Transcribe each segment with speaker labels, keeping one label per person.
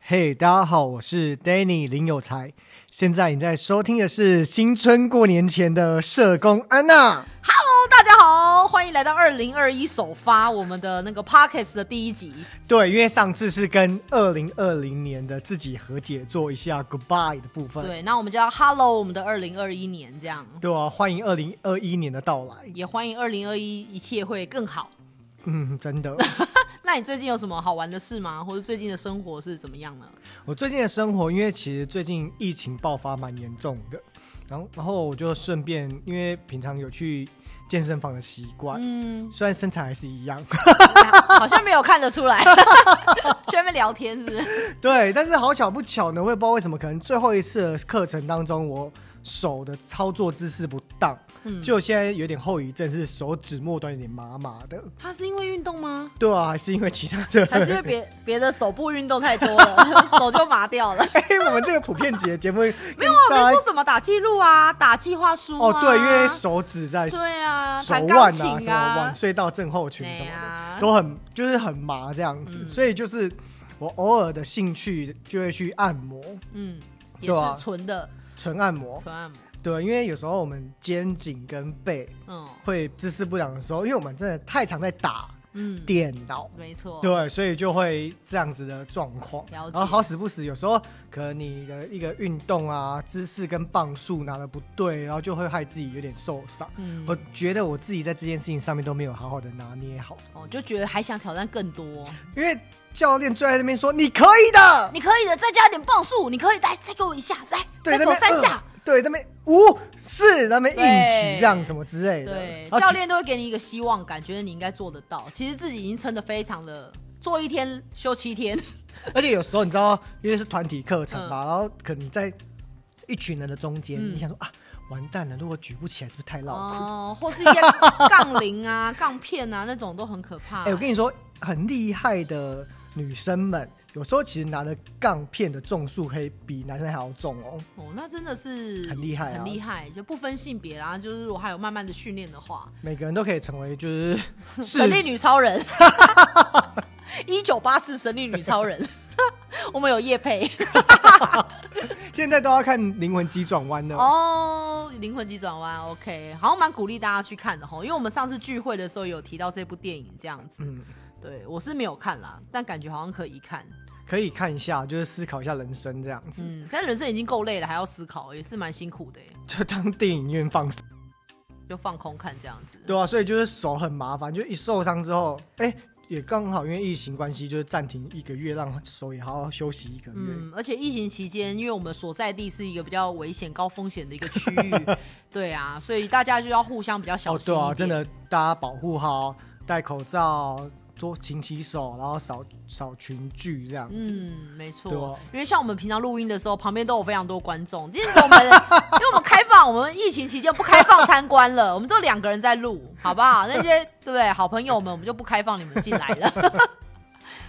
Speaker 1: 嘿、大家好，我是 Danny 林有才。现在你在收听的是新春过年前的社工安娜。
Speaker 2: Hello，大家好，欢迎来到二零二一首发我们的那个 Pockets 的第一集。
Speaker 1: 对，因为上次是跟二零二零年的自己和解做一下 goodbye 的部分。
Speaker 2: 对，那我们就要 Hello 我们的二零二一年，这样
Speaker 1: 对啊，欢迎二零二一年的到来。
Speaker 2: 也欢迎二零二一一切会更好。
Speaker 1: 嗯，真 的。
Speaker 2: 那你最近有什么好玩的事吗？或者最近的生活是怎么样呢？
Speaker 1: 我最近的生活，因为其实最近疫情爆发蛮严重的，然后然后我就顺便，因为平常有去健身房的习惯，
Speaker 2: 嗯，
Speaker 1: 虽然身材还是一样，
Speaker 2: 好像没有看得出来， 去那边聊天是不是？
Speaker 1: 对，但是好巧不巧呢，我也不知道为什么，可能最后一次的课程当中，我手的操作姿势不当，
Speaker 2: 嗯
Speaker 1: 就现在有点后遗症，是手指末端有点麻麻的。
Speaker 2: 他是因为运动吗？
Speaker 1: 对啊，还是因为其他的。
Speaker 2: 还是因为别别的手部运动太多了， 手就麻掉了？
Speaker 1: 哎、我们这个普遍节节目
Speaker 2: 没有啊，我们说什么打记录啊，打计划书啊。
Speaker 1: 哦，对，因为手指在
Speaker 2: 对啊，
Speaker 1: 手
Speaker 2: 弹
Speaker 1: 腕
Speaker 2: 钢
Speaker 1: 啊，
Speaker 2: 琴
Speaker 1: 什么腕隧道症候群什么
Speaker 2: 对
Speaker 1: 的，
Speaker 2: 啊
Speaker 1: 都很就是很麻这样子，
Speaker 2: 嗯
Speaker 1: 所以就是我偶尔的兴趣就会去按摩，
Speaker 2: 嗯，也
Speaker 1: 对啊哦
Speaker 2: 是纯的
Speaker 1: 纯按摩。
Speaker 2: 纯按摩。
Speaker 1: 对，因为有时候我们肩颈跟背
Speaker 2: 嗯
Speaker 1: 会姿势不良的时候，因为我们真的太常在打
Speaker 2: 嗯，
Speaker 1: 电脑，
Speaker 2: 没错。
Speaker 1: 对，所以就会这样子的状况。
Speaker 2: 哦了
Speaker 1: 然
Speaker 2: 解
Speaker 1: 后好死不死，有时候可能你的一个运动啊、姿势跟磅数拿的不对，然后就会害自己有点受伤。
Speaker 2: 嗯，
Speaker 1: 我觉得我自己在这件事情上面都没有好好的拿捏好，
Speaker 2: 我哦就觉得还想挑战更多。
Speaker 1: 因为教练坐在那边说你可以的，
Speaker 2: 你可以的，再加一点磅数，你可以来，再给我一下，来，
Speaker 1: 对，那
Speaker 2: 再给我
Speaker 1: 边
Speaker 2: 三
Speaker 1: 二
Speaker 2: 下。，
Speaker 1: 对，那边五四，那边硬举
Speaker 2: 对
Speaker 1: 这样什么之类的。
Speaker 2: 对，
Speaker 1: 然后
Speaker 2: 教练都会给你一个希望感，觉得你应该做得到。其实自己已经撑得非常的，做一天休七天。
Speaker 1: 而且有时候你知道，因为是团体课程嘛，然后可能你在一群人的中间，
Speaker 2: 嗯
Speaker 1: 你想说啊，完蛋了，如果举不起来，是不是太绕？哎、
Speaker 2: 哦，或是一些杠铃啊、杠片啊那种都很可怕。
Speaker 1: 哎我跟你说，很厉害的女生们，有时候其实拿的杠片的重数可以比男生还要重哦。
Speaker 2: 哦，那真的是
Speaker 1: 很厉害啊
Speaker 2: 很厉害，就不分性别啦。就是我还有慢慢的训练的话，
Speaker 1: 每个人都可以成为就是
Speaker 2: 神
Speaker 1: 是
Speaker 2: 力女超人， 一九八四神力女超人， 我们有叶佩
Speaker 1: 现在都要看《灵魂急转弯》的。
Speaker 2: 哦，《灵魂急转弯》OK，好像蛮鼓励大家去看的吼，因为我们上次聚会的时候有提到这部电影这样子，
Speaker 1: 嗯，
Speaker 2: 对我是没有看啦，但感觉好像可以看，
Speaker 1: 可以看一下，就是思考一下人生这样子，
Speaker 2: 嗯，但人生已经够累了，还要思考，也是蛮辛苦的耶，
Speaker 1: 就当电影院放松。
Speaker 2: 就放空看这样子，
Speaker 1: 对啊，所以就是手很麻烦，就一受伤之后，哎、也刚好因为疫情关系，就是暂停一个月，让手也好好休息一个月。
Speaker 2: 嗯，而且疫情期间，因为我们所在地是一个比较危险、高风险的一个区域， 对啊，所以大家就要互相比较小
Speaker 1: 哦，
Speaker 2: 心
Speaker 1: 对
Speaker 2: 一点。
Speaker 1: 啊，真的，大家保护好，戴口罩，多勤洗手，然后少少群聚这样子。
Speaker 2: 嗯，没错，
Speaker 1: 对啊
Speaker 2: 因为像我们平常录音的时候，旁边都有非常多观众。今天我们 因为我们开放，我们疫情期间不开放参观了，我们只有两个人在录，好不好？那些 对不对好朋友们，我们就不开放你们进来了。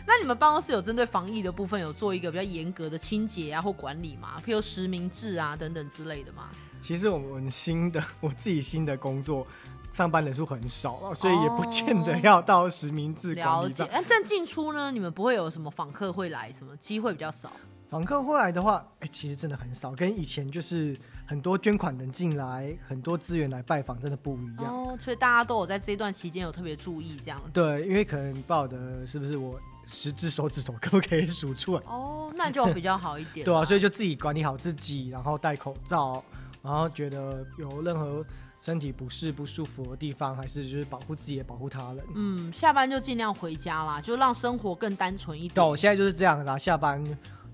Speaker 2: 那你们办公室有针对防疫的部分有做一个比较严格的清洁啊或管理吗？譬如实名制啊等等之类的吗？
Speaker 1: 其实我们新的我自己新的工作，上班人数很少了，所以也不见得
Speaker 2: 哦
Speaker 1: 要到实名制管
Speaker 2: 了
Speaker 1: 理
Speaker 2: 解
Speaker 1: 站。，
Speaker 2: 哎但进出呢，你们不会有什么访客会来，什么机会比较少。
Speaker 1: 访客会来的话，哎、其实真的很少，跟以前就是很多捐款人进来，很多资源来拜访，真的不一样。
Speaker 2: 哦，所以大家都有在这一段期间有特别注意这样子。
Speaker 1: 对，因为可能不晓得是不是我十只手指头可 不可以数出来，
Speaker 2: 哦，那 就比较好一点。
Speaker 1: 对啊，所
Speaker 2: 以
Speaker 1: 以就自己管理好自己，然后戴口罩，然后觉得有任何身体不适不舒服的地方，还是就是保护自己也保护他人。
Speaker 2: 嗯，下班就尽量回家啦，就让生活更单纯一
Speaker 1: 对啊，
Speaker 2: 点。
Speaker 1: 我现在就是这样啦，下班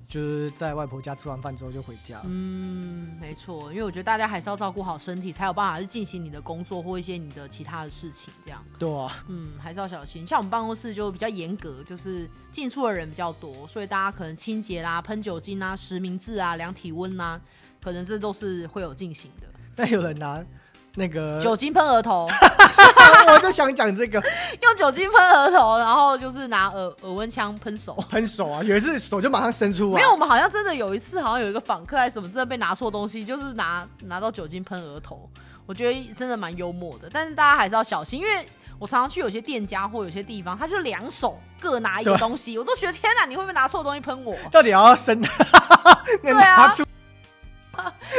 Speaker 1: 就是在外婆家吃完饭之后就回家。
Speaker 2: 嗯，没错，因为我觉得大家还是要照顾好身体，才有办法去进行你的工作或一些你的其他的事情。这样，
Speaker 1: 对啊，
Speaker 2: 嗯，还是要小心。像我们办公室就比较严格，就是进出的人比较多，所以大家可能清洁啦、喷酒精啊、实名制啊、量体温啊，可能这都是会有进行的。
Speaker 1: 那有人拿那个，
Speaker 2: 酒精喷额 头，
Speaker 1: 我就想讲这个。
Speaker 2: 用酒精喷额头，然后就是拿耳耳温枪喷手。
Speaker 1: 喷手啊，有一次手就马上伸出来，
Speaker 2: 没有，我，们好像真的有一次，好像有一个访客还是什么，真的被拿错东西，就是拿拿到酒精喷额头。我觉得真的蛮幽默的，但是大家还是要小心，因为我常常去有些店家或有些地方，他就两手各拿一个
Speaker 1: 对啊
Speaker 2: 东西，我都觉得天哪，你会不会拿错东西喷我？
Speaker 1: 到底要 生？那
Speaker 2: 对啊
Speaker 1: 拿出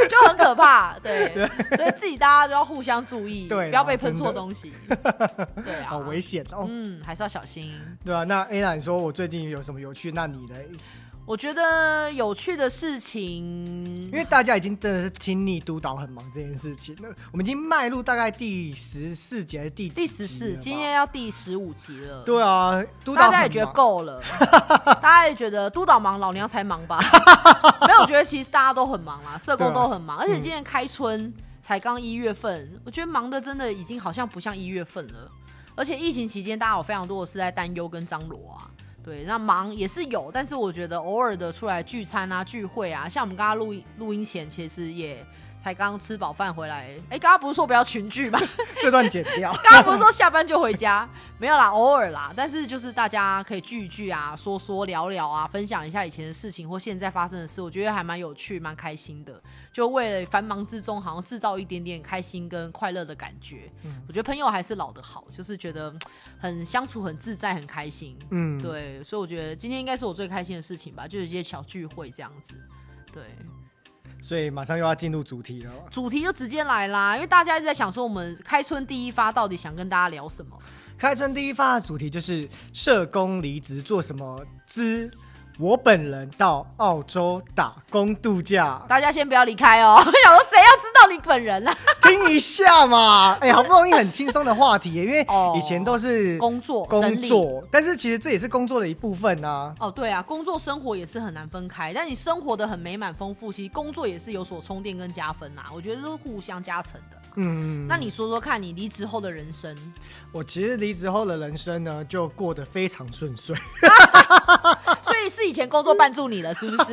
Speaker 2: 就很可怕，对，所以自己大家都要互相注意，
Speaker 1: 对啦
Speaker 2: 不要被喷错
Speaker 1: 真的
Speaker 2: 东西，对啊，
Speaker 1: 好危险哦。
Speaker 2: 嗯，还是要小心。
Speaker 1: 对啊，那 A 娜，你说我最近有什么有趣？那你呢？
Speaker 2: 我觉得有趣的事情
Speaker 1: 因，为大家已经真的是听你督导很忙这件事情了，我们已经迈入大概第十四节第
Speaker 2: 第
Speaker 1: 几集
Speaker 2: 十四，
Speaker 1: 了吧
Speaker 2: 今天要第十五集了，
Speaker 1: 对啊，督导
Speaker 2: 大
Speaker 1: 很
Speaker 2: 家
Speaker 1: 忙
Speaker 2: 也觉得 够了，大家也觉得督导忙，老娘才忙吧？没有，我觉得其实大家都很忙啦，社工
Speaker 1: 对啊
Speaker 2: 都很忙，而且今年开春才刚一月份，我觉得忙的真的已经好像不像一月份了。而且疫情期间，大家有非常多的是在担忧跟张罗啊。对，那忙也是有，但是我觉得偶尔的出来聚餐啊、聚会啊，像我们刚刚录音录音前，其实也才刚吃饱饭回来。哎，刚刚不是说不要群聚吗？
Speaker 1: 这段剪 掉。
Speaker 2: 刚刚不是说下班就回家？ 没有啦，偶尔啦。但是就是大家可以聚一聚啊，说说聊聊啊，分享一下以前的事情或现在发生的事，我觉得还蛮有趣、蛮开心的。就为了繁忙之中，好像制造一点点开心跟快乐的感觉。我觉得朋友还是老的好，就是觉得嗯很相处、很自在、很开心。
Speaker 1: 嗯，
Speaker 2: 对，所以我觉得今天应该是我最开心的事情吧，就是一些小聚会这样子。对，
Speaker 1: 所以马上又要进入主题了。
Speaker 2: 主题就直接来啦，因为大家一直在想说我们开春第一发到底想跟大家聊什么。
Speaker 1: 开春第一发的主题就是社工离职做什么之我本人到澳洲打工度 假，
Speaker 2: 大家先不要离开哦。 我想说，谁要知道你本人 啊？
Speaker 1: 听一下嘛。哎、好不容易很轻松的话题耶，因为
Speaker 2: 哦
Speaker 1: 以前都是
Speaker 2: 工作，
Speaker 1: 工
Speaker 2: 哦整理。
Speaker 1: 作，但是其实这也是工作的一部分啊。
Speaker 2: 哦，对啊，工作生活也是很难分开，但你生活的很美满丰富，其实工作也是有所充电跟加分呐、啊我觉得是互相加成的。
Speaker 1: 嗯，
Speaker 2: 那你说说看你离职后的 人生，
Speaker 1: 我其实离职后的人生呢，就过得非常顺 遂。
Speaker 2: 所以是以前工作绊住你了，是不是？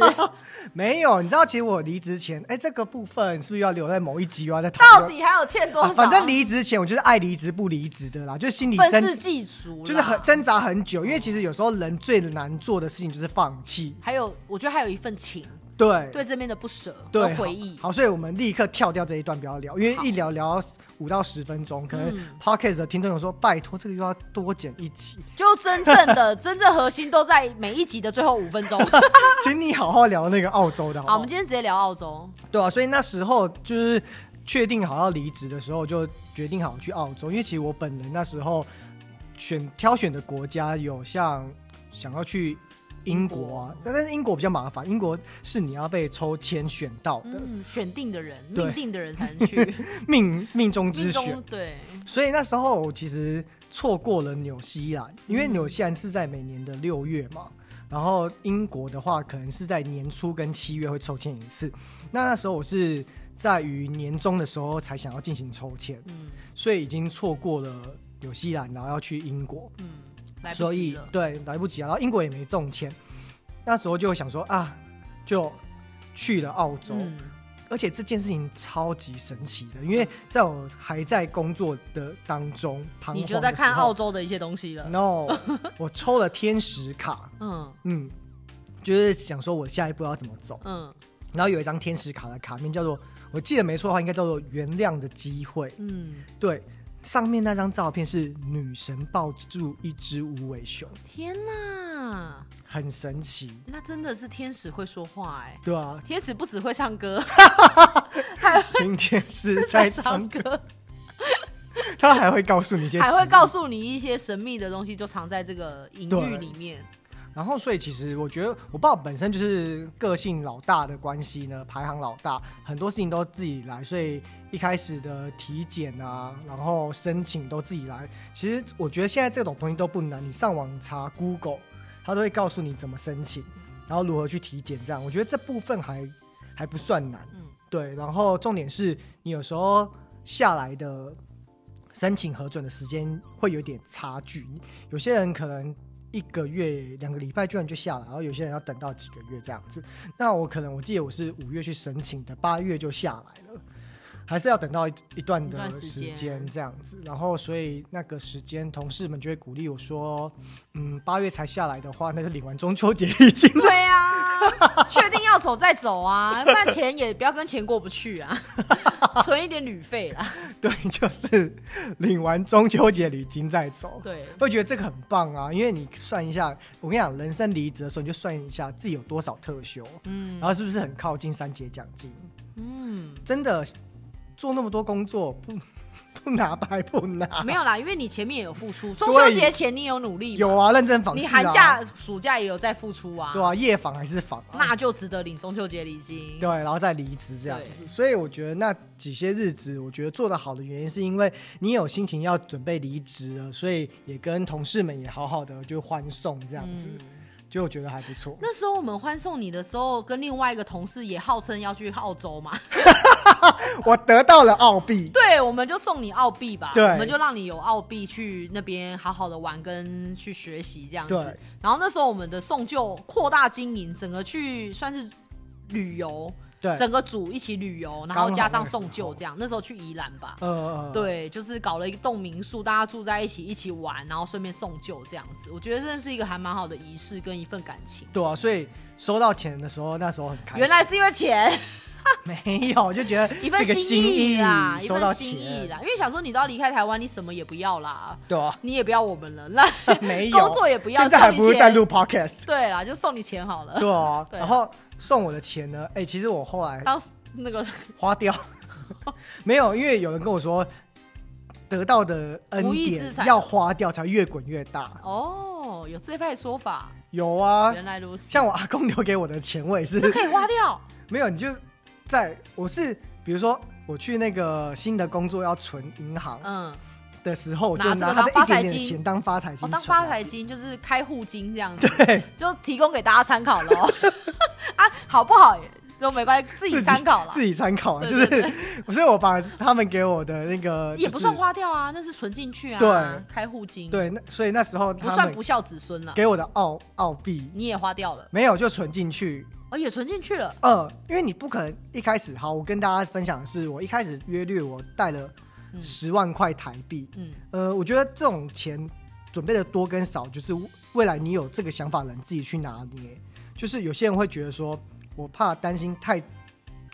Speaker 1: 没有，你知道，其实我离职前，哎、这个部分是不是要留在某一集啊？在讨
Speaker 2: 到
Speaker 1: 论。
Speaker 2: 底还有欠多
Speaker 1: 啊
Speaker 2: 少？
Speaker 1: 反正离职前，我就是爱离职不离职的啦，就心里
Speaker 2: 愤
Speaker 1: 真
Speaker 2: 世嫉俗啦，
Speaker 1: 就是很挣扎很久，因为其实有时候人最难做的事情就是放弃。
Speaker 2: 还有，我觉得还有一份情，
Speaker 1: 对
Speaker 2: 对这边的不舍
Speaker 1: 对，
Speaker 2: 跟回忆。
Speaker 1: 好。好，所以我们立刻跳掉这一段，不要聊，因为
Speaker 2: 好
Speaker 1: 一聊聊五到十分钟，可能
Speaker 2: 嗯
Speaker 1: podcast 的听众有说，拜托这个又要多剪一集，
Speaker 2: 就真正的真正核心都在每一集的最后五 分钟。
Speaker 1: 请你好好聊那个澳洲的好不好
Speaker 2: 好，我们今天直接聊澳洲。
Speaker 1: 对啊，所以那时候就是确定好要离职的时候，就决定好去澳洲，因为其实我本人那时候选挑选的国家有像想要去英国啊
Speaker 2: 英国，
Speaker 1: 但是英国比较麻烦，英国是你要被抽签选到的、
Speaker 2: 嗯，选定的人，
Speaker 1: 对
Speaker 2: 命定的人才 能去，
Speaker 1: 命命中之
Speaker 2: 命
Speaker 1: 选
Speaker 2: 中，对，
Speaker 1: 所以那时候我其实错过了纽西兰，因为纽西兰是在每年的六月嘛。然后英国的话，可能是在年初跟七月会抽签一次。那那时候我是在于年中的时候才想要进行抽签，
Speaker 2: 嗯
Speaker 1: 所以已经错过了纽西兰，然后要去英国，
Speaker 2: 嗯，来不
Speaker 1: 所
Speaker 2: 及
Speaker 1: 以
Speaker 2: 了。
Speaker 1: 对来不及啊。然后英国也没中签，那时候就想说啊，就去了澳洲。
Speaker 2: 嗯，
Speaker 1: 而且这件事情超级神奇的，因为在我还在工作的当中，彷
Speaker 2: 你
Speaker 1: 徨
Speaker 2: 就
Speaker 1: 的
Speaker 2: 在看
Speaker 1: 时候
Speaker 2: 澳洲的一些东西了。
Speaker 1: No，我抽了天使卡，
Speaker 2: 嗯
Speaker 1: 嗯，就是想说我下一步要怎么走。
Speaker 2: 嗯
Speaker 1: 然后有一张天使卡的卡面叫做，我记得没错的话，应该叫做“原谅的机会”。
Speaker 2: 嗯，
Speaker 1: 对，上面那张照片是女神抱住一只无尾熊，
Speaker 2: 天哪，
Speaker 1: 很神奇。
Speaker 2: 那真的是天使会说话哎、
Speaker 1: 对啊，
Speaker 2: 天使不只会唱歌，
Speaker 1: 明天是 在唱歌，，他还会告诉你一些，
Speaker 2: 还会。告诉你一些神秘的东西，就藏在这个隐喻
Speaker 1: 对
Speaker 2: 里面。
Speaker 1: 然后，所以其实我觉得我爸本身就是个性老大的关系呢，排行老大，很多事情都自己来，所以一开始的体检啊，然后申请都自己来。其实我觉得现在这种东西都不难，你上网查 Google，他都会告诉你怎么申请，然后如何去体检，这样我觉得这部分还还不算难。
Speaker 2: 嗯
Speaker 1: 对，然后重点是你有时候下来的申请核准的时间会有点差距，有些人可能一个月、两个礼拜居然就下来，然后有些人要等到几个月这样子。那我可能我记得我是五月去申请的，八月就下来了。还是要等到一一段
Speaker 2: 一
Speaker 1: 的
Speaker 2: 段时
Speaker 1: 时
Speaker 2: 间
Speaker 1: 间这样子，然后所以那个时间，同事们就会鼓励我说，嗯，八月才下来的话，那就领完中秋节已经
Speaker 2: 啊 对呀、确定要手再走啊，不然钱也不要跟钱过不去啊， 存一点旅费啦。
Speaker 1: 对，就是领完中秋节礼金再走。
Speaker 2: 对，
Speaker 1: 会觉得这个很棒啊，因为你算一下，我跟你讲，人生离职的时候，你就算一下自己有多少特休，
Speaker 2: 嗯
Speaker 1: 然后是不是很靠近三节奖金？
Speaker 2: 嗯，
Speaker 1: 真的做那么多工作，不 不拿白不 拿。
Speaker 2: 没有啦，因为你前面也有付出，中秋节前你有努力嘛，
Speaker 1: 有啊，认真访、啊，
Speaker 2: 你寒假、暑假也有在付出啊，
Speaker 1: 对啊，夜访还是访、啊，
Speaker 2: 那就值得领中秋节礼金。
Speaker 1: 对，啊然后再离职这样子。所以我觉得那几些日子，我觉得做得好的原因，是因为你有心情要准备离职了，所以也跟同事们也好好的就欢送这样子，就我觉得还不错。
Speaker 2: 嗯那时候我们欢送你的时候，跟另外一个同事也号称要去澳 洲嘛，
Speaker 1: 我得到了澳币，
Speaker 2: 对，我们就送你澳币吧，
Speaker 1: 对
Speaker 2: 我们就让你有澳币去那边好好的玩跟去学习这样子
Speaker 1: 对。
Speaker 2: 然后那时候我们的送就扩大经营，整个去算是旅游，
Speaker 1: 对，
Speaker 2: 整个组一起旅游，然
Speaker 1: 刚
Speaker 2: 后
Speaker 1: 好
Speaker 2: 加上
Speaker 1: 那时候
Speaker 2: 送旧这样。那时候去宜兰吧，
Speaker 1: 呃，
Speaker 2: 对，就是搞了一栋民宿，大家住在一起一起玩，然后顺便送旧这样子。我觉得真的是一个还蛮好的仪式跟一份感情。
Speaker 1: 对啊，所以收到钱的时候，那时候很开心。
Speaker 2: 原来是因为钱，
Speaker 1: 没有，就觉得
Speaker 2: 一份
Speaker 1: 这个
Speaker 2: 心意啦，一
Speaker 1: 收到
Speaker 2: 份心意
Speaker 1: 钱，
Speaker 2: 啦。因为想说你都要离开台湾，你什么也不要啦，
Speaker 1: 对 啊，
Speaker 2: 你也不要我们了，那
Speaker 1: 没有，
Speaker 2: 工作也不要，
Speaker 1: 现在还不
Speaker 2: 送
Speaker 1: 如
Speaker 2: 你
Speaker 1: 在
Speaker 2: 钱。
Speaker 1: 录 podcast，
Speaker 2: 对啦，就送你钱好了，
Speaker 1: 对啊。
Speaker 2: 对啊
Speaker 1: 然后送我的钱呢，哎，其实我后来
Speaker 2: 当那个
Speaker 1: 花掉， 没有，因为有人跟我说，得到的恩
Speaker 2: 无意之
Speaker 1: 典
Speaker 2: 财
Speaker 1: 要花掉才越滚越大。
Speaker 2: 哦，有这派说法，
Speaker 1: 有啊，
Speaker 2: 原来如此，
Speaker 1: 像我阿公留给我的钱，我也是
Speaker 2: 那可以花掉，
Speaker 1: 没有，你就在我是比如说我去那个新的工作要存银行
Speaker 2: 嗯，
Speaker 1: 的时候，我
Speaker 2: 拿
Speaker 1: 就
Speaker 2: 这个
Speaker 1: 拿
Speaker 2: 当
Speaker 1: 他的
Speaker 2: 发
Speaker 1: 一点
Speaker 2: 财
Speaker 1: 点
Speaker 2: 金
Speaker 1: 钱当发财金
Speaker 2: 哦，
Speaker 1: 存啊，
Speaker 2: 当发财金就是开户金这样子，
Speaker 1: 对。
Speaker 2: 就提供给大家参考喽。 啊，好不好也都没关系，自己参考啦
Speaker 1: 自。己参考啊，
Speaker 2: 对
Speaker 1: 就是， 所以我把他们给我的那个
Speaker 2: 也不算，
Speaker 1: 就是
Speaker 2: 花掉啊，那是存进去啊，
Speaker 1: 对
Speaker 2: 开户金，，
Speaker 1: 对，那所以那时候
Speaker 2: 不
Speaker 1: 他
Speaker 2: 算
Speaker 1: 们
Speaker 2: 不孝子孙了，
Speaker 1: 给我的澳澳币
Speaker 2: 你也花掉了，
Speaker 1: 没有就存进去，
Speaker 2: 哦，也存进去了，
Speaker 1: 呃，因为你不可能一开始好，我跟大家分享的是我一开始约略我带了
Speaker 2: 嗯
Speaker 1: 十万块台币，
Speaker 2: 嗯，
Speaker 1: 呃，我觉得这种钱准备的多跟少，就是未来你有这个想法的人自己去拿捏，就是有些人会觉得说，我怕担心太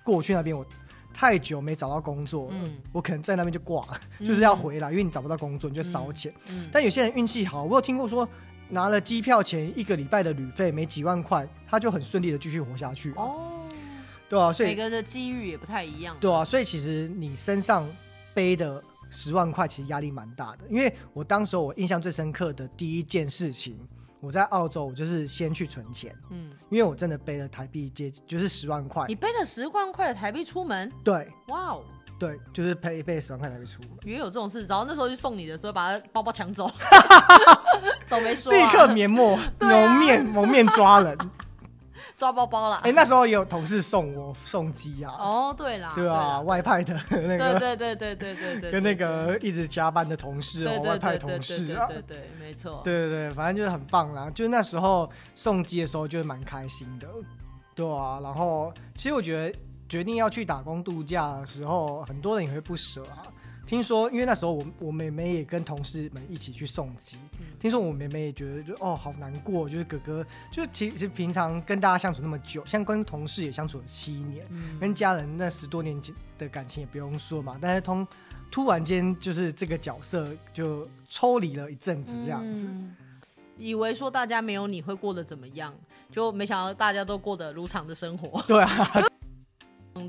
Speaker 1: 过去那边我太久没找到工作，
Speaker 2: 嗯
Speaker 1: 嗯，我可能在那边就挂了。
Speaker 2: 嗯
Speaker 1: 就是要，回来，因为你找不到工作，你就烧钱。
Speaker 2: 嗯，
Speaker 1: 但有些人运气好，我有听过说，拿了机票钱一个礼拜的旅费没几万块，他就很顺利的继续活下去。哦，
Speaker 2: 哦，
Speaker 1: 对啊，所
Speaker 2: 每
Speaker 1: 以
Speaker 2: 个人的机遇也不太一样，
Speaker 1: 对啊，所以其实你身上背的十万块，其实压力蛮大的。因为我当时候我印象最深刻的第一件事情，我在澳洲，我就是先去存钱，
Speaker 2: 嗯，
Speaker 1: 因为我真的背了台币接就是十万块
Speaker 2: 你，背了十万块的台币出门，
Speaker 1: 对
Speaker 2: 哇哦，
Speaker 1: 对，就是背背十万块台币出门。
Speaker 2: 也有这种事，然后那时候去送你的时候，把他包包抢 走，走没说、
Speaker 1: 立
Speaker 2: 啊，
Speaker 1: 刻面目
Speaker 2: 对啊
Speaker 1: 蒙面蒙面抓 人，
Speaker 2: 抓包包啦。
Speaker 1: 哎、那时候也有同事送我送鸡啊，
Speaker 2: 哦，对啦，
Speaker 1: 对啊，外派的那
Speaker 2: 对
Speaker 1: 个
Speaker 2: 对对对对对对，
Speaker 1: 跟那个一直加班的同事
Speaker 2: 对
Speaker 1: 哦，
Speaker 2: 对
Speaker 1: 外派
Speaker 2: 对对
Speaker 1: 同
Speaker 2: 对
Speaker 1: 事
Speaker 2: 对
Speaker 1: 啊，
Speaker 2: 对对，没错，
Speaker 1: 对对对，反正就是很棒啦。就是那时候送机的时候，就是蛮开心的，对啊。然后其实我觉得决定要去打工度假的时候，很多人也会不舍啊。听说，因为那时候我我妹妹也跟同事们一起去送机，
Speaker 2: 嗯
Speaker 1: 听说我妹妹也觉得就哦好难过，就是哥哥，就是其其实平常跟大家相处那么久，像跟同事也相处了七年，
Speaker 2: 嗯，
Speaker 1: 跟家人那十多年的感情也不用说嘛，但是通突然间就是这个角色就抽离了一阵子这样子，
Speaker 2: 嗯以为说大家没有你会过得怎么样，就没想到大家都过得如常的生活，
Speaker 1: 对
Speaker 2: 啊，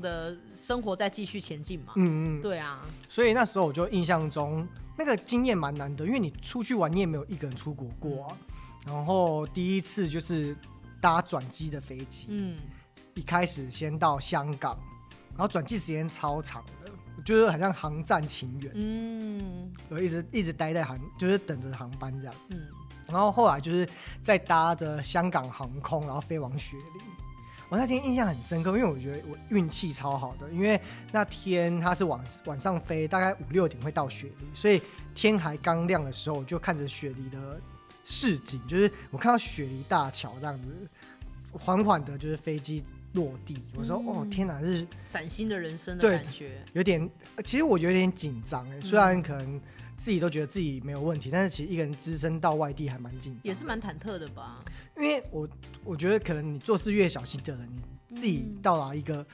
Speaker 2: 的生活在继续前进嘛，
Speaker 1: 嗯嗯，
Speaker 2: 对啊，
Speaker 1: 所以那时候我就印象中那个经验蛮难得，因为你出去玩你也没有一个人出国过、啊，
Speaker 2: 嗯
Speaker 1: 然后第一次就是搭转机的飞机，
Speaker 2: 嗯，
Speaker 1: 一开始先到香港，然后转机时间超长的，就是很像航站情缘，
Speaker 2: 嗯
Speaker 1: 我一直一直待在航，就是等着航班这样。
Speaker 2: 嗯，
Speaker 1: 然后后来就是再搭着香港航空，然后飞往雪梨。我那天印象很深刻，因为我觉得我运气超好的，因为那天它是晚晚上飞，大概五六点会到雪梨，所以天还刚亮的时候，我就看着雪梨的市景，就是我看到雪梨大桥这样子，缓缓的就是飞机落地，我说、
Speaker 2: 嗯
Speaker 1: 哦天哪，是
Speaker 2: 崭新的人生的
Speaker 1: 对
Speaker 2: 感觉，
Speaker 1: 有点，其实我有点紧张哎，虽然可能自己都觉得自己没有问题，但是其实一个人只身到外地还蛮紧张的，
Speaker 2: 也是蛮忐忑的吧，
Speaker 1: 因为我我觉得可能你做事越小心的人，你自己到达一个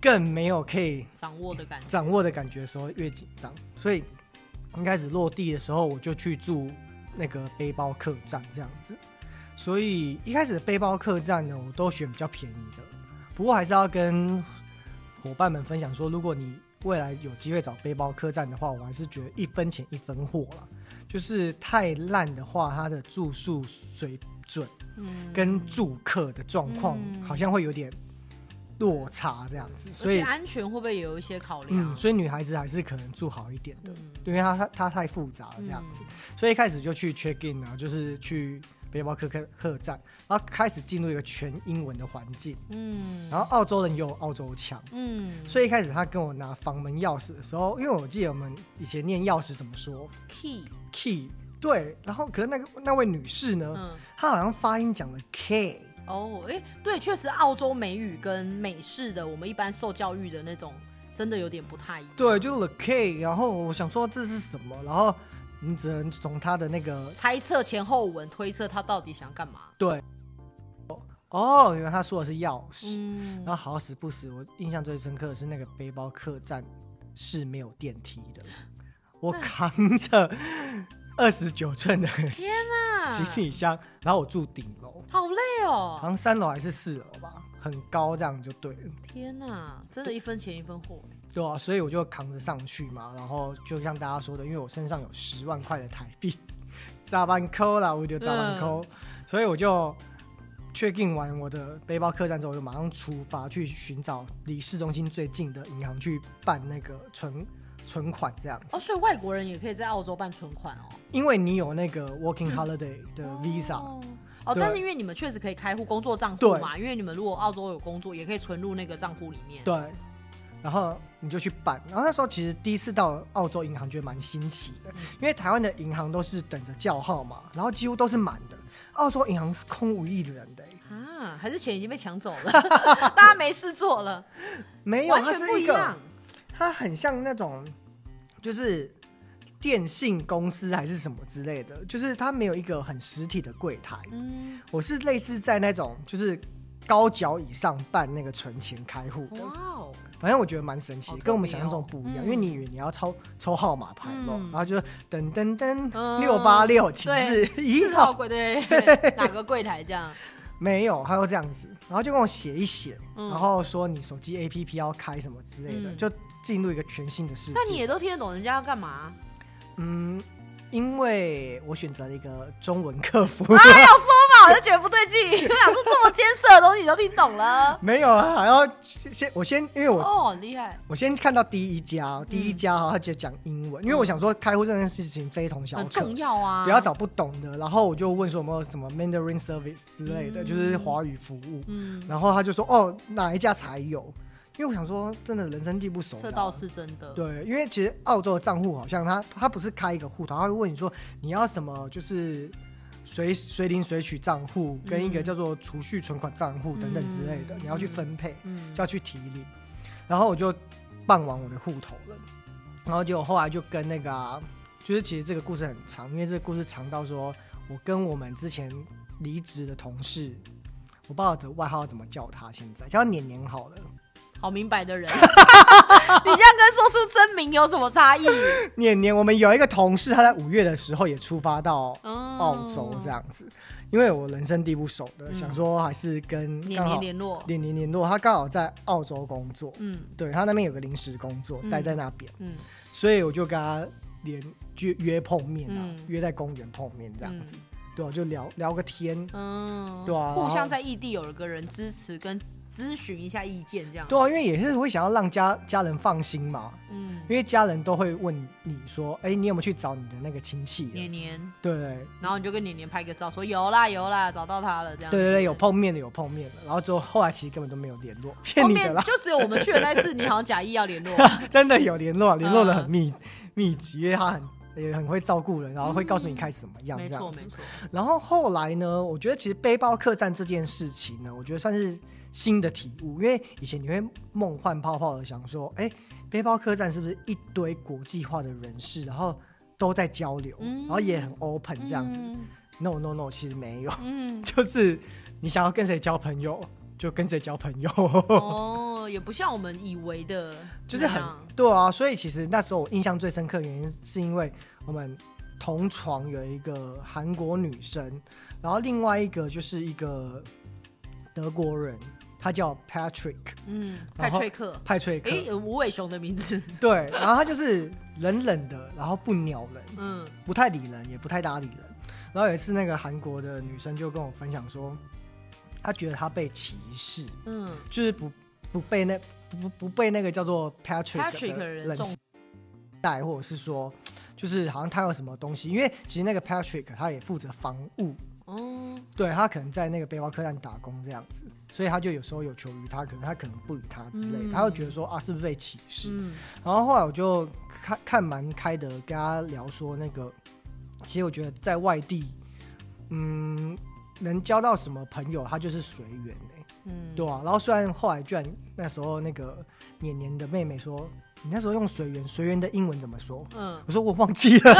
Speaker 1: 更没有可以
Speaker 2: 掌握的感觉。
Speaker 1: 掌握的感觉的时候越紧张，所以一开始落地的时候我就去住那个背包客栈这样子。所以一开始的背包客栈呢，我都选比较便宜的。不过还是要跟伙伴们分享说，如果你未来有机会找背包客栈的话，我还是觉得一分钱一分货啦。就是太烂的话，它的住宿水准
Speaker 2: 嗯
Speaker 1: 跟住客的状况
Speaker 2: 嗯
Speaker 1: 好像会有点落差这样子，
Speaker 2: 而
Speaker 1: 所
Speaker 2: 且
Speaker 1: 以
Speaker 2: 安全会不会也有一些考量？
Speaker 1: 嗯，所以女孩子还是可能住好一点的，
Speaker 2: 嗯
Speaker 1: 因为它它它太复杂了啊这样子，所以一开始就去 check in 啊，就是去背包客客客栈，然后开始进入一个全英文的环境，
Speaker 2: 嗯
Speaker 1: 然后澳洲人也有澳洲腔。
Speaker 2: 嗯，
Speaker 1: 所以一开始他跟我拿房门钥匙的时候，因为我记得我们以前念钥匙怎么说
Speaker 2: 嗯 key，
Speaker 1: key，对，然后可是那个那位女士呢，
Speaker 2: 嗯，
Speaker 1: 她好像发音讲了 k，
Speaker 2: 哦，哎、对，确实澳洲美语跟美式的我们一般受教育的那种，真的有点不太一样。
Speaker 1: 对，就了 k，然后我想说这是什么，然后你只能从她的那个
Speaker 2: 猜测前后文，推测他到底想干嘛。
Speaker 1: 对，哦，原来她说的是钥匙，
Speaker 2: 嗯
Speaker 1: 然后好死不死，我印象最深刻的是那个背包客栈是没有电梯的，我扛着二十九寸的
Speaker 2: 天哪，
Speaker 1: 行李箱，然后我住顶楼，
Speaker 2: 好累
Speaker 1: 好
Speaker 2: 哦！
Speaker 1: 像三楼还是四楼吧，很高，这样就对了，
Speaker 2: 天哪，真的一分钱一分货。
Speaker 1: 对啊，所以我就扛着上去嘛，然后就像大家说的，因为我身上有十万块的台币，咋办抠啦，我就咋办抠，所以我就确定完我的背包客栈之后，我就马上出发去寻找离市中心最近的银行去办那个存存款这样子
Speaker 2: 哦，，所以外国人也可以在澳洲办存款哦。
Speaker 1: 因为你有那个 working holiday 的 visa，、
Speaker 2: 哦哦，
Speaker 1: 对
Speaker 2: 但是因为你们确实可以开户工作账户
Speaker 1: 对
Speaker 2: 嘛，因为你们如果澳洲有工作，也可以存入那个账户里面。
Speaker 1: 对，然后你就去办。然后那时候其实第一次到澳洲银行，觉得蛮新奇的，
Speaker 2: 嗯
Speaker 1: 因为台湾的银行都是等着叫号嘛，然后几乎都是满的，澳洲银行是空无一人的欸、
Speaker 2: 啊，还是钱已经被抢走 了，大家没事做了，
Speaker 1: 没有，
Speaker 2: 完
Speaker 1: 它
Speaker 2: 全
Speaker 1: 是
Speaker 2: 不
Speaker 1: 一
Speaker 2: 一
Speaker 1: 个
Speaker 2: 样，。
Speaker 1: 它很像那种就是电信公司还是什么之类的，就是它没有一个很实体的柜台。
Speaker 2: 嗯，
Speaker 1: 我是类似在那种就是。高脚以上办那个存钱开户的，
Speaker 2: 哇哦，
Speaker 1: 反正我觉得蛮神奇
Speaker 2: 好
Speaker 1: 的，
Speaker 2: 特
Speaker 1: 跟我们
Speaker 2: 别
Speaker 1: 想象中
Speaker 2: 哦
Speaker 1: 不一样，
Speaker 2: 嗯
Speaker 1: 因为你以为你要抽抽号码牌嘛，
Speaker 2: 嗯
Speaker 1: 然后就是噔噔噔
Speaker 2: 嗯
Speaker 1: 六八六请
Speaker 2: 对哦
Speaker 1: 至一
Speaker 2: 四号
Speaker 1: 号，
Speaker 2: 柜对，哪个柜台这 样？
Speaker 1: 没有，他就这样子，然后就跟我写一写，
Speaker 2: 嗯
Speaker 1: 然后说你手机 APP 要开什么之类的，
Speaker 2: 嗯
Speaker 1: 就进入一个全新的世界。
Speaker 2: 但你也都听得懂人家要干嘛？
Speaker 1: 嗯，因为我选择了一个中文客服，
Speaker 2: 还有啊说嘛，我就觉得不对劲，我想说这么艰涩的东西你都听懂了，
Speaker 1: 没有啊，还要先我先，因为我
Speaker 2: 哦，很厉害，
Speaker 1: 我先看到第一家，第一
Speaker 2: 嗯
Speaker 1: 家哈，他就讲英文，因为我想说开户这件事情非同小
Speaker 2: 很
Speaker 1: 可，
Speaker 2: 重要啊，
Speaker 1: 不要，找不懂的。然后我就问说有没有什么 Mandarin service 之类的，
Speaker 2: 嗯
Speaker 1: 就是华语服务。
Speaker 2: 嗯，
Speaker 1: 然后他就说哦，哪一家才有？因为我想说，真的人生地不熟、
Speaker 2: 这倒。是真的，
Speaker 1: 对，因为其实澳洲的账户好像他他不是开一个户头，他会问你说你要什么，就是随随领随取账户跟一个
Speaker 2: 嗯
Speaker 1: 叫做储蓄存款账户等等之类的，
Speaker 2: 嗯
Speaker 1: 你要去分配，
Speaker 2: 嗯
Speaker 1: 就，要去提领。然后我就办完我的户头了，然后结果后来就跟那个、啊，就是其实这个故事很长，因为这个故事长到说我跟我们之前离职的同事，我不知道的外号要怎么叫他，现在叫他年年 好了。
Speaker 2: 好明白的人， 你这样跟说出真名有什么 差异？
Speaker 1: 年年，我们有一个同事，他在五月的时候也出发到
Speaker 2: 嗯
Speaker 1: 澳洲这，样子，因为我人生地不熟的，
Speaker 2: 嗯
Speaker 1: 想说还是跟
Speaker 2: 年
Speaker 1: 刚好
Speaker 2: 年联络，
Speaker 1: 年年联络，他刚好在澳洲工作，
Speaker 2: 嗯
Speaker 1: 对他那边有个临时工作，
Speaker 2: 嗯
Speaker 1: 待在那边。
Speaker 2: 嗯
Speaker 1: 所以我就跟他连约约碰面啊，
Speaker 2: 嗯
Speaker 1: 约在公园碰面这样子，对啊，就聊聊个天，
Speaker 2: 嗯，
Speaker 1: 对啊
Speaker 2: 互相在异地有一个人支持跟咨询一下意见这样，
Speaker 1: 对啊，因为也是会想要让家家人放心嘛，
Speaker 2: 嗯，
Speaker 1: 因为家人都会问你说，哎、你有没有去找你的那个亲戚
Speaker 2: 年
Speaker 1: 了？
Speaker 2: 年，
Speaker 1: 对对
Speaker 2: 然后你就跟年年拍个照，说有啦有啦，找到他了这样，
Speaker 1: 对对，有。碰面的有碰面的，然后之后后来其实根本都没有联络，骗
Speaker 2: 后
Speaker 1: 你的
Speaker 2: 面
Speaker 1: 啦，
Speaker 2: 就只有我们去的那次，你好像假意要联 络，
Speaker 1: 真的有联
Speaker 2: 嗯
Speaker 1: 络，啊联络的很密、密集，因为他很也很会照顾人，然后会告诉你开始怎么样
Speaker 2: 没
Speaker 1: 这
Speaker 2: 错
Speaker 1: 样
Speaker 2: 没
Speaker 1: 子。
Speaker 2: 错，
Speaker 1: 然后后来呢，我觉得其实背包客栈这件事情呢，我觉得算是新的体悟，因为以前你会梦幻泡泡的想说，哎，背包客栈是不是一堆国际化的人士，然后都在交流，
Speaker 2: 嗯
Speaker 1: 然后也很 open 这样子、
Speaker 2: 嗯
Speaker 1: n o No No，其实没有，
Speaker 2: 嗯，
Speaker 1: 就是你想要跟谁交朋友，就跟谁交朋友，
Speaker 2: 哦，也不像我们以为的那样，
Speaker 1: 就是很对啊。所以其实那时候我印象最深刻的原因，是因为我们同床有一个韩国女生，然后另外一个就是一个德国人，他叫 Patrick
Speaker 2: 嗯，派
Speaker 1: 然后
Speaker 2: 翠克，
Speaker 1: 派翠克，
Speaker 2: 哎，有无尾熊的名字，
Speaker 1: 对，然后他就是冷冷的，然后不鸟人，
Speaker 2: 嗯
Speaker 1: 不太理人，也不太搭理人。然后有一次，那个韩国的女生就跟我分享说，她觉得她被歧视，
Speaker 2: 嗯
Speaker 1: 就是不不被那不不不被那个叫做 Patrick
Speaker 2: ，Patrick
Speaker 1: 的
Speaker 2: 的
Speaker 1: 人
Speaker 2: 人中，
Speaker 1: 待，或者是说，就是好像他有什么东西，因为其实那个 Patrick 他也负责防务，
Speaker 2: 哦，
Speaker 1: 对他可能在那个背包客栈打工这样子，所以他就有时候有求于他，可能他可能不理他之类的，
Speaker 2: 嗯
Speaker 1: 他会觉得说啊是不是被歧视？
Speaker 2: 嗯
Speaker 1: 然后后来我就看看蛮开的，跟他聊说那个，其实我觉得在外地，嗯，能交到什么朋友，他就是随缘哎、
Speaker 2: 嗯，
Speaker 1: 对啊。然后虽然后来居然那时候那个年年的妹妹说，你那时候用随缘，随缘的英文怎么说？
Speaker 2: 嗯，
Speaker 1: 我说我忘记 了，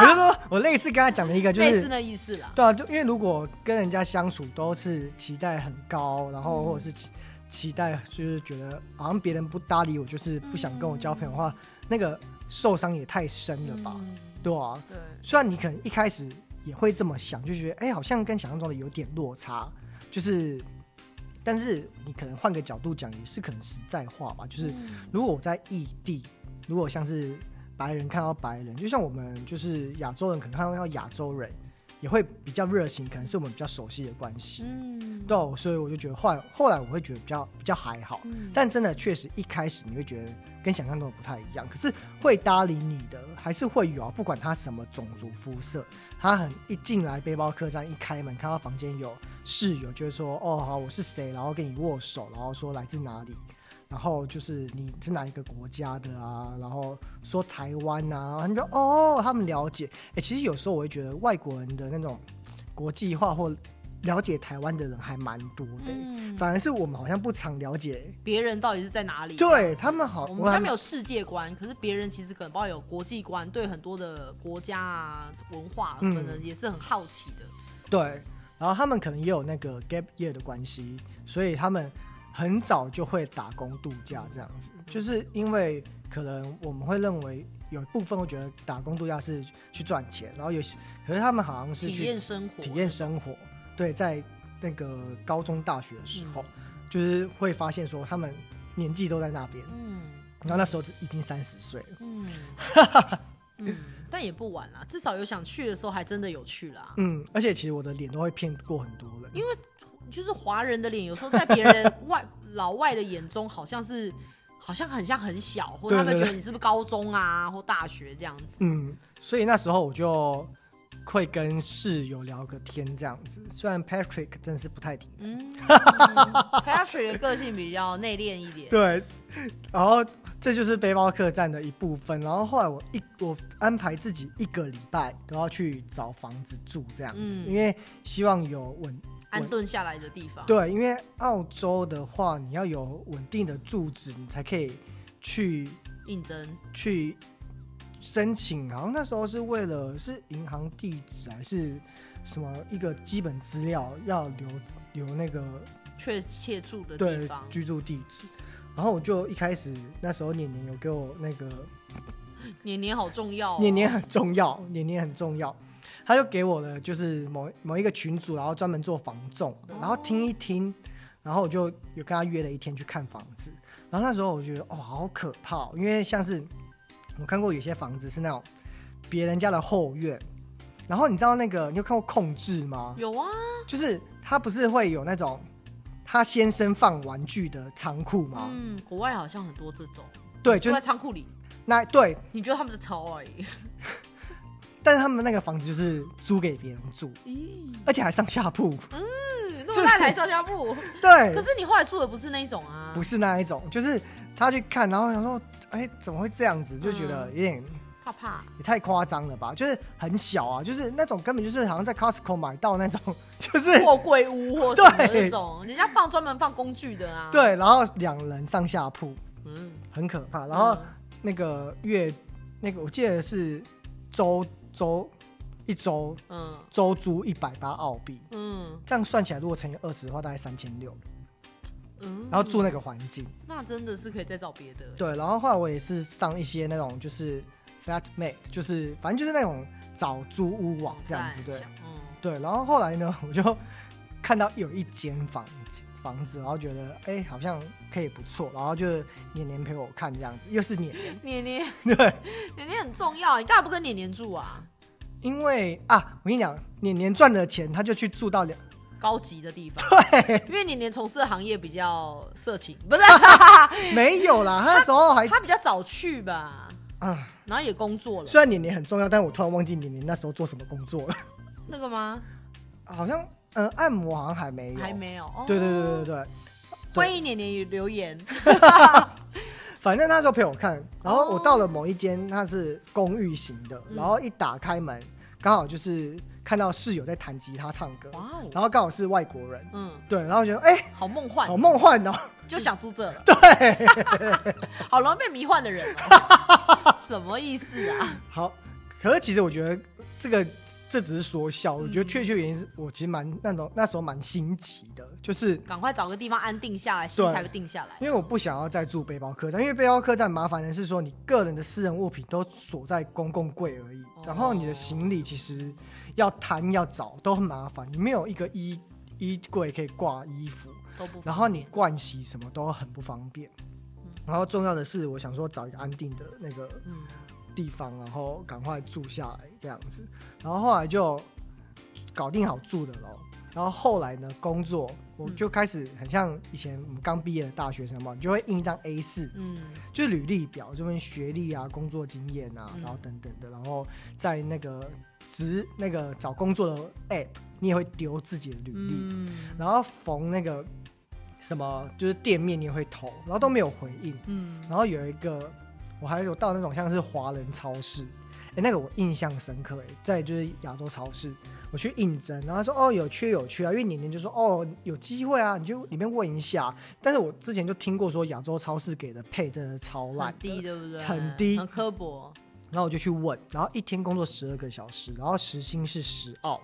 Speaker 1: 我就说我类似跟他讲了一个，就
Speaker 2: 类似
Speaker 1: 是
Speaker 2: 那意思啦，
Speaker 1: 对啊，就因为如果跟人家相处都是期待很高，然后或
Speaker 2: 嗯
Speaker 1: 者是期期待就是觉得好像别人不搭理我，就是不想跟我交朋友的话，那个受伤也太深了吧，
Speaker 2: 嗯
Speaker 1: 对啊。
Speaker 2: 对，
Speaker 1: 虽然你可能一开始也会这么想，就觉得哎、好像跟想象中的有点落差，就是，但是你可能换个角度讲，也是可能实在话吧，就是
Speaker 2: 嗯
Speaker 1: 如果我在异地，如果像是白人看到白人，就像我们就是亚洲人，可能看到亚洲人，也会比较热情，可能是我们比较熟悉的关系。
Speaker 2: 嗯，
Speaker 1: 对哦，所以我就觉得后来后来我会觉得比较比较还好，
Speaker 2: 嗯
Speaker 1: 但真的确实一开始你会觉得跟想象中的不太一样，可是会搭理你的还是会有啊，不管他什么种族肤色，他很一进来背包客栈一开门看到房间有室友，就会说哦好我是谁，然后跟你握手，然后说来自哪里，然后就是你是哪一个国家的啊，然后说台湾啊，他们就哦他们了解，哎、其实有时候我会觉得外国人的那种国际化或了解台湾的人还蛮多的、
Speaker 2: 嗯，
Speaker 1: 反而是我们好像不常了解，
Speaker 2: 别人到底是在哪里？
Speaker 1: 对他们好，
Speaker 2: 我
Speaker 1: 我
Speaker 2: 们
Speaker 1: 还
Speaker 2: 他们有世界观，可是别人其实可能包括有国际观，对很多的国家啊、文化，可
Speaker 1: 嗯
Speaker 2: 能也是很好奇的。
Speaker 1: 对，然后他们可能也有那个 gap year 的关系，所以他们很早就会打工度假这样子，就是因为可能我们会认为有一部分会觉得打工度假是去赚钱，然后有些可是他们好像是
Speaker 2: 体
Speaker 1: 去
Speaker 2: 验生活，
Speaker 1: 体验生活，对，在那个高中大学的时候，
Speaker 2: 嗯
Speaker 1: 就是会发现说他们年纪都在那边，
Speaker 2: 嗯
Speaker 1: 然后那时候已经三十岁了。
Speaker 2: 嗯嗯，但也不晚啦，至少有想去的时候，还真的有去啦。
Speaker 1: 嗯，而且其实我的脸都会骗过很多人，
Speaker 2: 因为就是华人的脸，有时候在别 人外老外的眼中，好像是好像很像很小，或者
Speaker 1: 对
Speaker 2: 他们
Speaker 1: 对
Speaker 2: 觉
Speaker 1: 对
Speaker 2: 得你是不是高中啊或大学这样子。
Speaker 1: 嗯，所以那时候我就会跟室友聊个天这样子。虽然 Patrick 真是不太听，
Speaker 2: 嗯，Patrick 的个性比较内敛一点。
Speaker 1: 对，然后这就是背包客栈的一部分。然后后来我一我安排自己一个礼拜都要去找房子住这样子，
Speaker 2: 嗯
Speaker 1: 因为希望有稳
Speaker 2: 安顿下来的地方。
Speaker 1: 对，因为澳洲的话，你要有稳定的住址，你才可以去
Speaker 2: 应征，
Speaker 1: 去申请，好像那时候是为了是银行地址还是什么一个基本资料要留留那个
Speaker 2: 确切住的地
Speaker 1: 对
Speaker 2: 方。
Speaker 1: 居住地址，然后我就一开始那时候年年有给我那个
Speaker 2: 年年好重要、哦，
Speaker 1: 年年很重要， 年年很重要，他就给我的就是某某一个群组，然后专门做房仲，然后听一听，然后我就有跟他约了一天去看房子，然后那时候我觉得哦好可怕哦、因为像是我看过有些房子是那种别人家的后院，然后你知道那个你有看过控制吗？
Speaker 2: 有啊，
Speaker 1: 就是他不是会有那种他先生放玩具的仓库吗？
Speaker 2: 嗯，国外好像很多这种，
Speaker 1: 对，哎就
Speaker 2: 就
Speaker 1: 是
Speaker 2: 在仓库里，
Speaker 1: 那对，
Speaker 2: 你觉得他们的潮而 已。
Speaker 1: 但是他们那个房子就是租给别人住，
Speaker 2: 咦，
Speaker 1: 而且还上下铺。
Speaker 2: 那么大台上下铺，
Speaker 1: 对，
Speaker 2: 可是你后来住的不是那一种啊，
Speaker 1: 不是那一种，就是他去看，然后想说，哎、怎么会这样子？就觉
Speaker 2: 嗯
Speaker 1: 得有点、
Speaker 2: 怕 怕，
Speaker 1: 也太夸张了吧，就是很小啊，就是那种根本就是好像在 Costco 买到那种， 就是
Speaker 2: 货柜屋或什么
Speaker 1: 对
Speaker 2: 那种，人家放专门放工具的啊。，
Speaker 1: 对，然后两人上下铺，
Speaker 2: 嗯，
Speaker 1: 很可怕。然后
Speaker 2: 嗯
Speaker 1: 那个月，那个我记得是周周一周
Speaker 2: 嗯
Speaker 1: 周租一百八澳币，
Speaker 2: 嗯，
Speaker 1: 这样算起来如果乘以二十的话，大概三千六。然后住那个环境。
Speaker 2: 嗯那真的是可以再找别的。
Speaker 1: 对，然后后来我也是上一些那种就是 flat mate，就是反正就是那种找租屋网这样子，对
Speaker 2: 像，嗯，
Speaker 1: 对。然后后来呢，我就看到有一间房子房子，然后觉得哎、好像可以不错，然后就年年陪我看这样子，又是年年，
Speaker 2: 年年
Speaker 1: 对，
Speaker 2: 年年很重要，你干嘛不跟年年住啊？
Speaker 1: 因为啊，我跟你讲，年年赚的钱他就去住到 两，
Speaker 2: 高级的地方，
Speaker 1: 对，
Speaker 2: 因为年年从事的行业比较色情，不是
Speaker 1: 没有啦，他那时候还
Speaker 2: 他比较早去吧，
Speaker 1: 啊，
Speaker 2: 然后也工作了，
Speaker 1: 虽然年年很重要，但我突然忘记年年那时候做什么工作了，
Speaker 2: 那个吗？
Speaker 1: 好像呃按摩好像还没有，
Speaker 2: 还没有。哦
Speaker 1: 对对对对对对。
Speaker 2: 欢迎年年留言。
Speaker 1: 反正那时候陪我看，然后我到了某一间，它是公寓型的，
Speaker 2: 嗯
Speaker 1: 然后一打开门，刚好就是看到室友在弹吉他唱歌，
Speaker 2: 哇哦，
Speaker 1: 然后刚好是外国人，
Speaker 2: 嗯，
Speaker 1: 对，然后我觉得哎、
Speaker 2: 好梦幻
Speaker 1: 好，梦幻哦，
Speaker 2: 就想住这了，
Speaker 1: 对，
Speaker 2: 好容易被迷幻的人 哦，什么意思啊？
Speaker 1: 好。可是其实我觉得这个这只是说笑，我觉得
Speaker 2: 嗯
Speaker 1: 确切原因是我其实蛮那种那时候蛮心急的，就是
Speaker 2: 赶快找个地方安定下来，心
Speaker 1: 对
Speaker 2: 才会定下来。
Speaker 1: 因为我不想要再住背包客栈，因为背包客栈麻烦的是说你个人的私人物品都锁在公共柜而已，
Speaker 2: 哦
Speaker 1: 然后你的行李其实要摊要找都很麻烦，你没有一个衣衣柜可以挂衣服，
Speaker 2: 都不方便，
Speaker 1: 然后你盥洗什么都很不方便。然后重要的是，我想说找一个安定的那个
Speaker 2: 嗯，
Speaker 1: 地方，然后赶快住下来这样子。然后后来就搞定好住的咯。然后后来呢，工作我就开始很像以前我们刚毕业的大学生嘛，你就会印一张 A 四，
Speaker 2: 嗯
Speaker 1: 就是履历表，这边学历啊、工作经验啊，
Speaker 2: 嗯
Speaker 1: 然后等等的。然后在那个职那个找啊工作的 App，你也会丢自己的履历，
Speaker 2: 嗯
Speaker 1: 然后逢那个什么就是店面你也会投，然后都没有回应。
Speaker 2: 嗯，
Speaker 1: 然后有一个，我还有到那种像是华人超市，哎、那个我印象深刻、诶在就是亚洲超市，我去应征，然后他说哦有缺有缺啊，因为年年就说哦有机会啊，你就里面问一下。但是我之前就听过说亚洲超市给的配真的超烂
Speaker 2: 很
Speaker 1: 的，
Speaker 2: 低，对不对？
Speaker 1: 很低
Speaker 2: 很刻薄，
Speaker 1: 然后我就去问，然后一天工作十二个小时，然后时薪是十澳。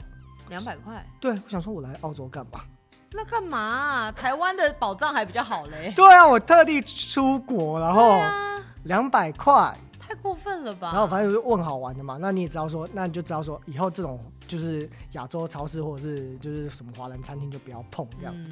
Speaker 2: 两百块。
Speaker 1: 对，我想说我来澳洲干嘛？
Speaker 2: 那干嘛啊、台湾的保障还比较好嘞。
Speaker 1: 对啊，我特地出国，然后
Speaker 2: 对啊，
Speaker 1: 两百块。
Speaker 2: 太过分了吧？
Speaker 1: 然后反正我就问好玩的嘛，那你也知道说，那你就知道说，以后这种就是亚洲超市或者是就是什么华人餐厅就不要碰这样。
Speaker 2: 嗯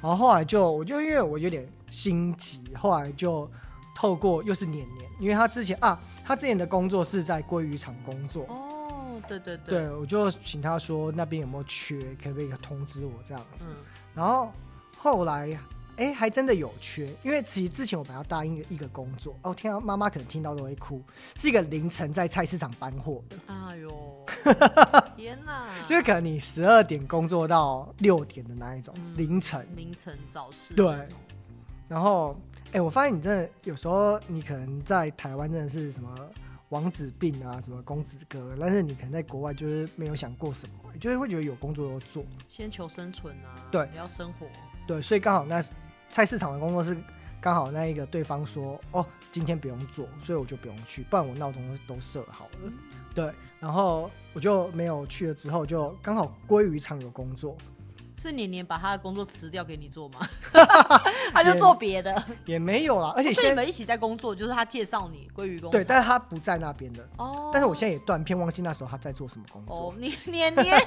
Speaker 1: 然后后来就我就因为我有点心急，后来就透过又是年年，因为他之前啊，他之前的工作是在鲑鱼厂工作，
Speaker 2: 哦，对对对，
Speaker 1: 对我就请他说那边有没有缺，可不可以通知我这样子。
Speaker 2: 嗯
Speaker 1: 然后后来，哎，还真的有缺，因为其实之前我本来要答应一个一个工作，哦，天啊，妈妈可能听到都会哭，是一个凌晨在菜市场搬货的，
Speaker 2: 哎 呦，天哪！
Speaker 1: 就是可能你十二点工作到六点的那一种、
Speaker 2: 嗯
Speaker 1: 凌晨，
Speaker 2: 凌晨早市
Speaker 1: 对
Speaker 2: 那种，
Speaker 1: 然后，哎，我发现你真的有时候你可能在台湾真的是什么。王子病啊，什么公子哥，但是你可能在国外就是没有想过什么，就是会觉得有工作就做，
Speaker 2: 先求生存啊，
Speaker 1: 对
Speaker 2: 不要生活，
Speaker 1: 对，所以刚好那菜市场的工作是刚好那一个对方说哦，今天不用做，所以我就不用去，不然我闹钟都设好
Speaker 2: 嗯
Speaker 1: 了。对，然后我就没有去了，之后就刚好鲑鱼场有工作，
Speaker 2: 是年年把他的工作辞掉给你做 吗？他就做别的，
Speaker 1: 也没有啦，而且
Speaker 2: 哦所以你
Speaker 1: 现在
Speaker 2: 们一起在工作，就是他介绍你鲑鱼工
Speaker 1: 对，
Speaker 2: 厂。
Speaker 1: 但是他不在那边的，
Speaker 2: 哦，
Speaker 1: 但是我现在也断片忘记那时候他在做什么工作，
Speaker 2: 哦，你 年年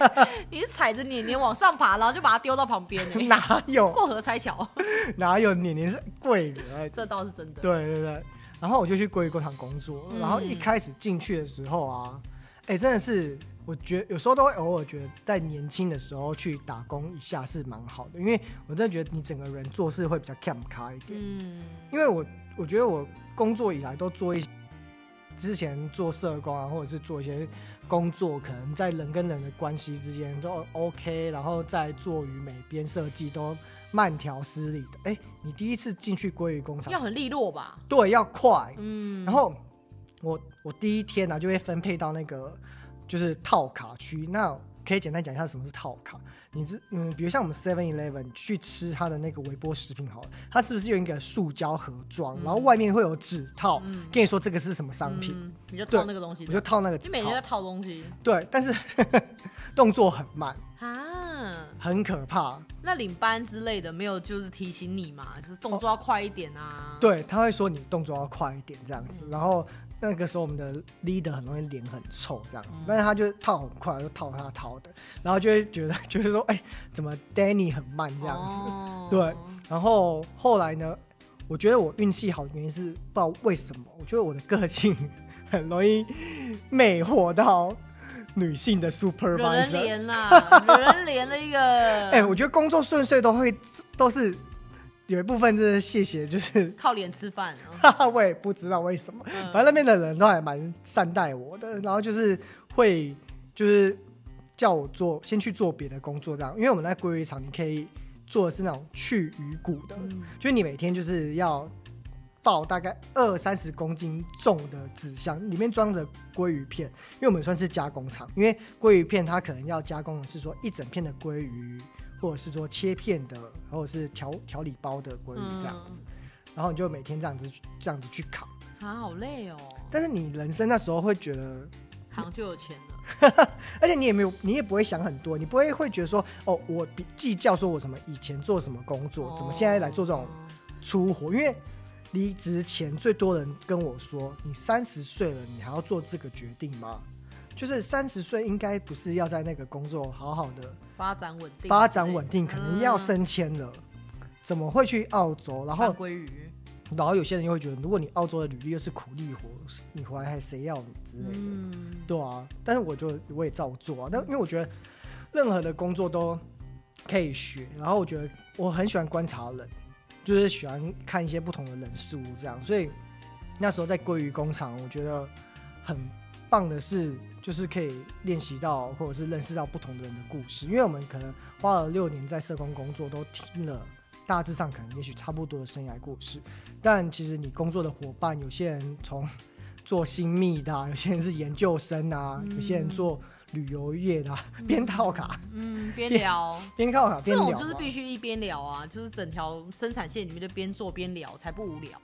Speaker 2: 你是踩着年年往上爬，然后就把它丢到 旁边呢，
Speaker 1: 哪有
Speaker 2: 过河拆桥，
Speaker 1: 哪有年年是贵人，哎
Speaker 2: 这倒是真的。
Speaker 1: 对对对，然后我就去鲑鱼工厂工作，
Speaker 2: 嗯
Speaker 1: 然后一开始进去的时候啊，哎、真的是，我觉有时候都会偶尔觉得，在年轻的时候去打工一下是蛮好的，因为我真的觉得你整个人做事会比较 c a m 卡一点，
Speaker 2: 嗯，
Speaker 1: 因为我我觉得我工作以来都做一些。之前做社工啊，或者是做一些工作，可能在人跟人的关系之间都 OK，然后再做与美编设计都慢条斯理的。哎、你第一次进去鲑鱼工厂
Speaker 2: 要，很利落吧？
Speaker 1: 对，要快，
Speaker 2: 嗯，
Speaker 1: 然后啊我我第一天呢、就被分配到那个就是套卡区，那可可以简单讲一下什么是套卡。你知嗯，比如像我们 Seven Eleven 去吃它的那个微波食品好了，它是不是用一个塑胶盒装，
Speaker 2: 嗯
Speaker 1: 然后外面会有纸套，跟你说这个是什么商品，
Speaker 2: 嗯，你就
Speaker 1: 对
Speaker 2: 偷那个东西
Speaker 1: 我，就套那个
Speaker 2: 就
Speaker 1: 纸
Speaker 2: 每
Speaker 1: 套
Speaker 2: 天。在套东西
Speaker 1: 对，但是 动作很慢，
Speaker 2: 啊。
Speaker 1: 很可怕。
Speaker 2: 那领班之类的没有就是提醒你嘛，就是动作要快一点啊。
Speaker 1: 哦对，他会说你动作要快一点这样
Speaker 2: 嗯
Speaker 1: 子，然后那个时候我们的 leader 很容易脸很臭这样
Speaker 2: 嗯
Speaker 1: 子，但是他就套很快，就套他套的，然后就会觉得 就是说，哎、怎么 Danny 很慢这样子？
Speaker 2: 哦
Speaker 1: 对然后后来呢，我觉得我运气好的原因是不知道为什么，我觉得我的个性 很容易魅惑到女性的
Speaker 2: 惹人
Speaker 1: supervisor。
Speaker 2: 怜 啦，惹人怜的一个，
Speaker 1: 哎、我觉得工作顺遂都会都是有一部分真的谢谢，就是
Speaker 2: 靠脸吃饭 啊。
Speaker 1: 哈哈，我也不知道为什 么，
Speaker 2: 嗯
Speaker 1: 反正那边的人都还蛮善待我的，然后就是会就是叫我做先去做别的工作这样，因为我们在鲑鱼场，你可以做的是那种去鱼骨的，
Speaker 2: 嗯
Speaker 1: 就是你每天就是要抱大概二三十公斤重的纸箱，里面装着鲑鱼片，因为我们算是加工厂，因为鲑鱼片它可能要加工的是说一整片的鲑鱼，或者是说切片的，或者是调调理包的鲑鱼这样
Speaker 2: 嗯
Speaker 1: 子，然后你就每天这样子去这样子去烤。
Speaker 2: 啊，好累哦，
Speaker 1: 但是你人生那时候会觉得，
Speaker 2: 扛就有钱了。
Speaker 1: 而且你也没有，你也不会想很多，你不会会觉得说，哦，我比计较说我什么以前做什么工
Speaker 2: 哦
Speaker 1: 作，怎么现在来做这种出活，因为离职前最多人跟我说：“你三十岁了，你还要做这个决定吗？”就是三十岁应该不是要在那个工作好好的
Speaker 2: 哦发展稳定，嗯
Speaker 1: 发展稳定，可能要
Speaker 2: 生
Speaker 1: 升迁了，怎么会去澳洲？然后，
Speaker 2: 鲑鱼
Speaker 1: 然后有些人又会觉得，如果你澳洲的履历又是苦力活，你回来还谁要你之类的，
Speaker 2: 嗯，
Speaker 1: 对啊。但是我就我也照做啊，但因为我觉得任何的工作都可以学，然后我觉得我很喜欢观察人。就是喜欢看一些不同的人事物这样，所以那时候在鲑鱼工厂，我觉得很棒的是，就是可以练习到或者是认识到不同的人的故事，因为我们可能花了六年在社工工作，都听了大致上可能也许差不多的生涯故事，但其实你工作的伙伴，有些人从做新密的啊、有些人是研究生啊，有些人做旅游业的、啊， 边套卡
Speaker 2: 嗯，边聊。
Speaker 1: 边套卡
Speaker 2: 这
Speaker 1: 边聊
Speaker 2: 种
Speaker 1: 嘛，
Speaker 2: 就是必须一边聊啊，就是整条生产线里面就边做边聊，才不无聊。